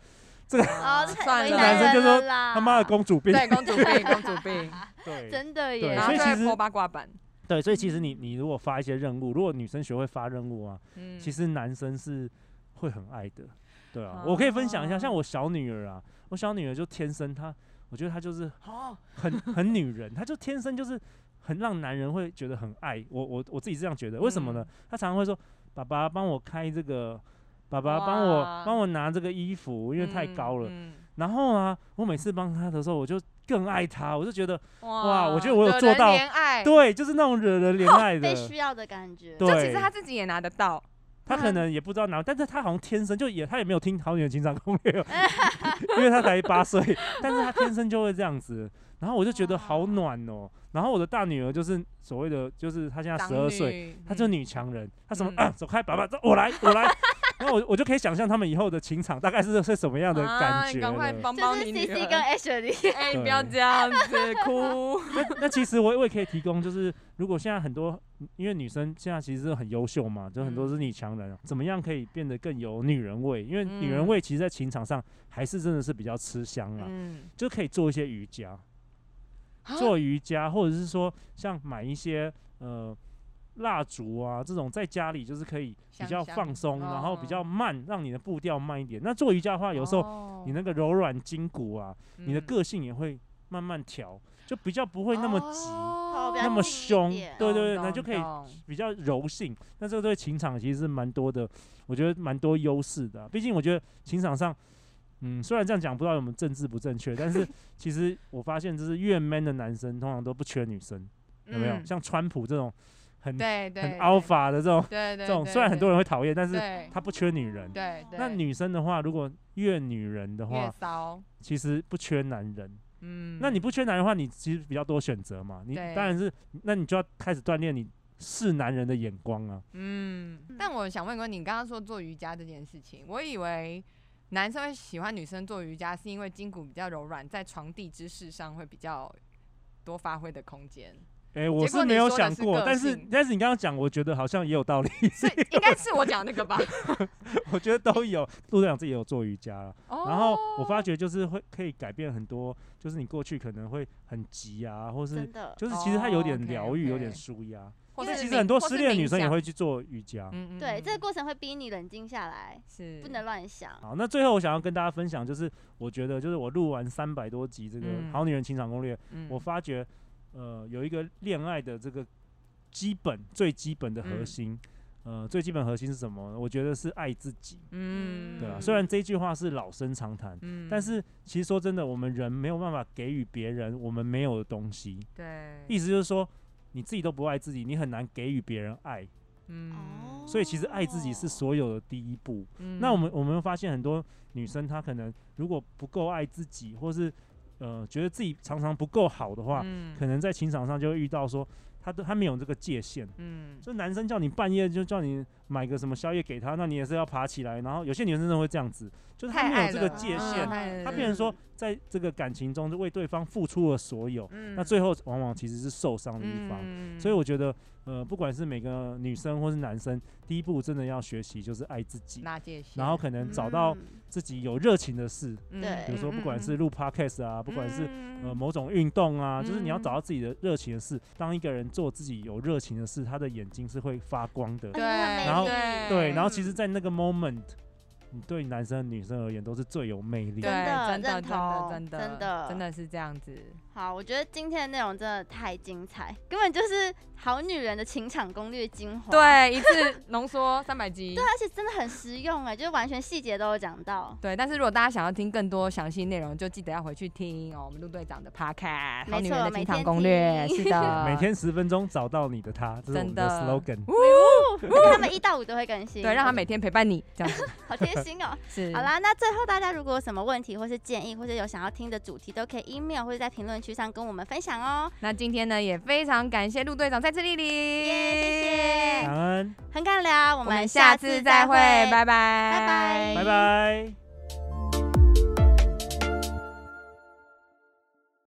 A: 哦，
B: 啊
A: 这太
B: 算
A: 为
C: 这
B: 了，
A: 难
C: 男生就
A: 人了
C: 说
A: 啦
C: 他妈的公主病。
B: 啊对公主病，公主病，
C: 对
A: 真的
C: 对
A: 耶，
B: 然
C: 所
B: 后
C: 以
B: 就
C: 其
B: 会
C: 实
B: 泼八卦版，
C: 对，所以其实你你如果发一些任务，如果女生学会发任务啊，
B: 嗯，
C: 其实男生是会很爱的，对啊，我可以分享一下，
B: 哦
C: 像我小女儿啊，我小女儿就天生她，我觉得她就是
B: 哦，
C: 很很女人，她就天生就是很让男人会觉得很爱我，我我自己是这样觉得，为什么呢？
B: 嗯
C: 她常常会说，爸爸帮我开这个，爸爸帮我
B: 哇
C: 帮我拿这个衣服，因为太高了。
B: 嗯，
C: 然后啊，我每次帮她的时候，我就更爱她，我就觉得
B: 嗯
C: 哇我觉得我有
B: 惹
C: 做
B: 人
C: 到
B: 怜爱，
C: 对，就是那种惹人怜 爱的
A: 被。需要的感觉，
C: 对
B: 就其实他自己也拿得到，
C: 他
B: 嗯
C: 可能也不知道哪，但是他好像天生就也，他也没有听《好女人情场攻略》， 因为他才八岁，但是他天生就会这样子。然后我就觉得好暖哦、然后我的大女儿就是所谓的，就是她现在十二岁，
B: 岁
C: 她就女强人，她什么、
B: 嗯
C: 啊，走开，爸爸，走我来，我来。 然后我我就可以想象他们以后的情场大概是是什么样的
B: 嗯
C: 感觉
B: 啊赶快
C: 了。
B: 帮
A: 就
B: 帮
A: 是
B: 你
A: C
B: 女
A: C
B: 儿
A: 跟 Ashley，
B: 哎，
C: 对
B: 不要这样子 哭，
C: 那其实我也我也可以提供，就是如果现在很多，因为女生现在其实很优秀嘛，就很多
B: 嗯
C: 是女强人啊，怎么样可以变得更有女人味？因为女人
B: 嗯
C: 味其实，在情场上还是真的是比较吃香啦，
B: 嗯，
C: 就可以做一些瑜伽，
B: 啊
C: 做瑜伽，或者是说像买一些呃蜡烛啊这种，在家里就是可以比
B: 香
C: 较
B: 香
C: 放松，然后比较
B: 哦
C: 慢，让你的步调慢一点。那做瑜伽的话，有时候
B: 候
C: 你那个柔软筋骨啊，你
B: 嗯
C: 的个性也会慢慢调，就比较不会那么急。
A: 哦比较
C: 那么
A: 静一
C: 凶，
A: 点
C: 对对对，
B: 懂
C: 那就可以
B: 懂
C: 比较柔性。那这对情场其实是蛮多的，我觉得蛮多优势的啊、毕竟我觉得情场上，嗯，虽然这样讲不知道有没有政治不正确，但是其实我发现，就是越 man 的男生通常都不缺女生，有没有？
B: 嗯
C: 像川普这种很
B: 对对
C: 很 alpha 的这种
B: 对对，
C: 这种，虽然很多
B: 人
C: 人会讨厌，但是
B: 对
C: 他不缺女人。
B: 对对，
C: 那女生的话，如果越女人的
B: 越
C: 话，
B: 骚，
C: 其实不缺男人。
B: 嗯，
C: 那你不缺男人的话，你其实比较多选择嘛。你
B: 对
C: 当然是，那你就要开始锻炼你是男人的眼光啊。
B: 嗯，但我想问一个问题，你刚刚说做瑜伽这件事情，我以为男生会喜欢女生做瑜伽，是因为筋骨比较柔软，在床地之事上会比较多发挥的空 间，
C: 哎、我
B: 结果
C: 是
B: 你
C: 没有
B: 说的
C: 想
B: 是
C: 过，
B: 个
C: 但是
B: 性
C: 但是你刚刚讲，我觉得好像也有道理，
B: 所以应该是我讲那个吧？
C: 我觉得都有。陆队长自己也有做瑜伽啦， 然
B: 然
C: 后我发觉就是会可以改变很多，就是你过去可能会很急啊，或是
A: 真的，
C: 就是其实它有
B: 哦
C: 点
B: ，OK，
C: 疗愈，有点
B: OK
C: 舒压。
B: 哦或
A: 因为
B: 是
C: 其实
B: 冥
C: 很多
B: 或
C: 失
B: 是
C: 恋的
B: 冥
C: 女生也
B: 想
C: 会去做瑜伽。
B: 嗯嗯
A: 对，这个
B: 嗯
A: 过程会逼你冷静下来，
B: 是
A: 不能乱想。
C: 好，那最后我想要跟大家分享，就是我觉得就是我录完三百多集这个《
B: 嗯
C: 好女人情场攻略》，我
B: 嗯
C: 发觉，呃，有一个恋爱的这个基本最基本的核
B: 嗯
C: 心，呃，最基本核心是什么呢？我觉得是爱自己，
B: 嗯
C: 对吧、啊
A: 嗯
C: 虽然这句话是老生常谈，
B: 嗯
C: 但是其实说真的，我们人没有办法给予别人我们没有的东西。
B: 对，
C: 意思就是说，你自己都不爱自己，你很难给予别人爱。
B: 嗯
C: 所以其实爱自己是
A: 哦
C: 所有的第一步。
B: 嗯
C: 那我们我们会发现很多女生，她可能如果不够爱自己，或是呃觉得自己常常不够好的话，
B: 嗯
C: 可能在情场上就会遇到说，他都他没有这个界限，
B: 嗯
C: 就男生叫你半夜就叫你买个什么宵夜给他，那你也是要爬起来。然后有些女生真的会这样子，就是他
B: 太
C: 没
B: 爱
C: 有这个
B: 了
C: 界
B: 嗯
C: 限，
B: 太爱
C: 他
B: 了
C: 变成说在这个感情中就为对方付出了所有，
B: 嗯
C: 那最后往往其实是受伤的一方。
B: 嗯
C: 所以我觉得，呃，不管是每个女生或是男生，第一步真的要学习就是爱自己，
B: 拉界限，
C: 然后可能找到
A: 嗯
C: 自己有热情的事，
B: 嗯
A: 对
C: 比如说不管是录 podcast 啊，不管是呃
B: 嗯
C: 某种运动啊，就是你要
B: 嗯
C: 找到自己的热情的事。当一个人做自己有热情的事，他的眼睛是会发光的
A: 嗯。然
C: 后
B: 对
C: 对，然后其
A: 嗯
C: 实，在那个 moment，你对男生女生而言都是最有魅力
B: 对，
C: 的。
A: 真的
B: 真的
A: 认同
B: 真的
A: 真
B: 真
A: 的
B: 真的是这样子，
A: 好，我觉得今天的内容真的太精彩，根本就是好女人的情场攻略精华。，
B: 对，一次浓 缩三百集，
A: 而且真的很实用哎，就是完全细节都有讲到。
B: 对，但是如果大家想要听更多详细内容，就记得要回去听哦，我们陆队长的 podcast《
A: 没
B: 好女人
A: 错
B: 的
A: 每
B: 情场
A: 天
B: 攻略》，
A: 听
B: 是的，
C: 每天十分钟找到你的他，这是我们的
B: 啊真的
C: slogan。
A: 而且他们一到五都会更新，
B: 对，让他每天陪伴你，这样 子
A: 好贴心哦。
B: 是
A: 好，啦，那最后大家如果有什么问题或是建议，或者有想要听的主题，都可以 email 或者在评论区上跟我们分享哦。
B: 那今天呢也非常感谢陆队长再次莅临，
A: 耶谢谢
B: 哎
C: 感恩，
A: 很敢聊，我
B: 我
A: 们
B: 们
A: 下
B: 下
A: 次
B: 次
A: 再
B: 再
A: 会，
B: 会，拜拜，
A: 拜拜
C: 拜拜。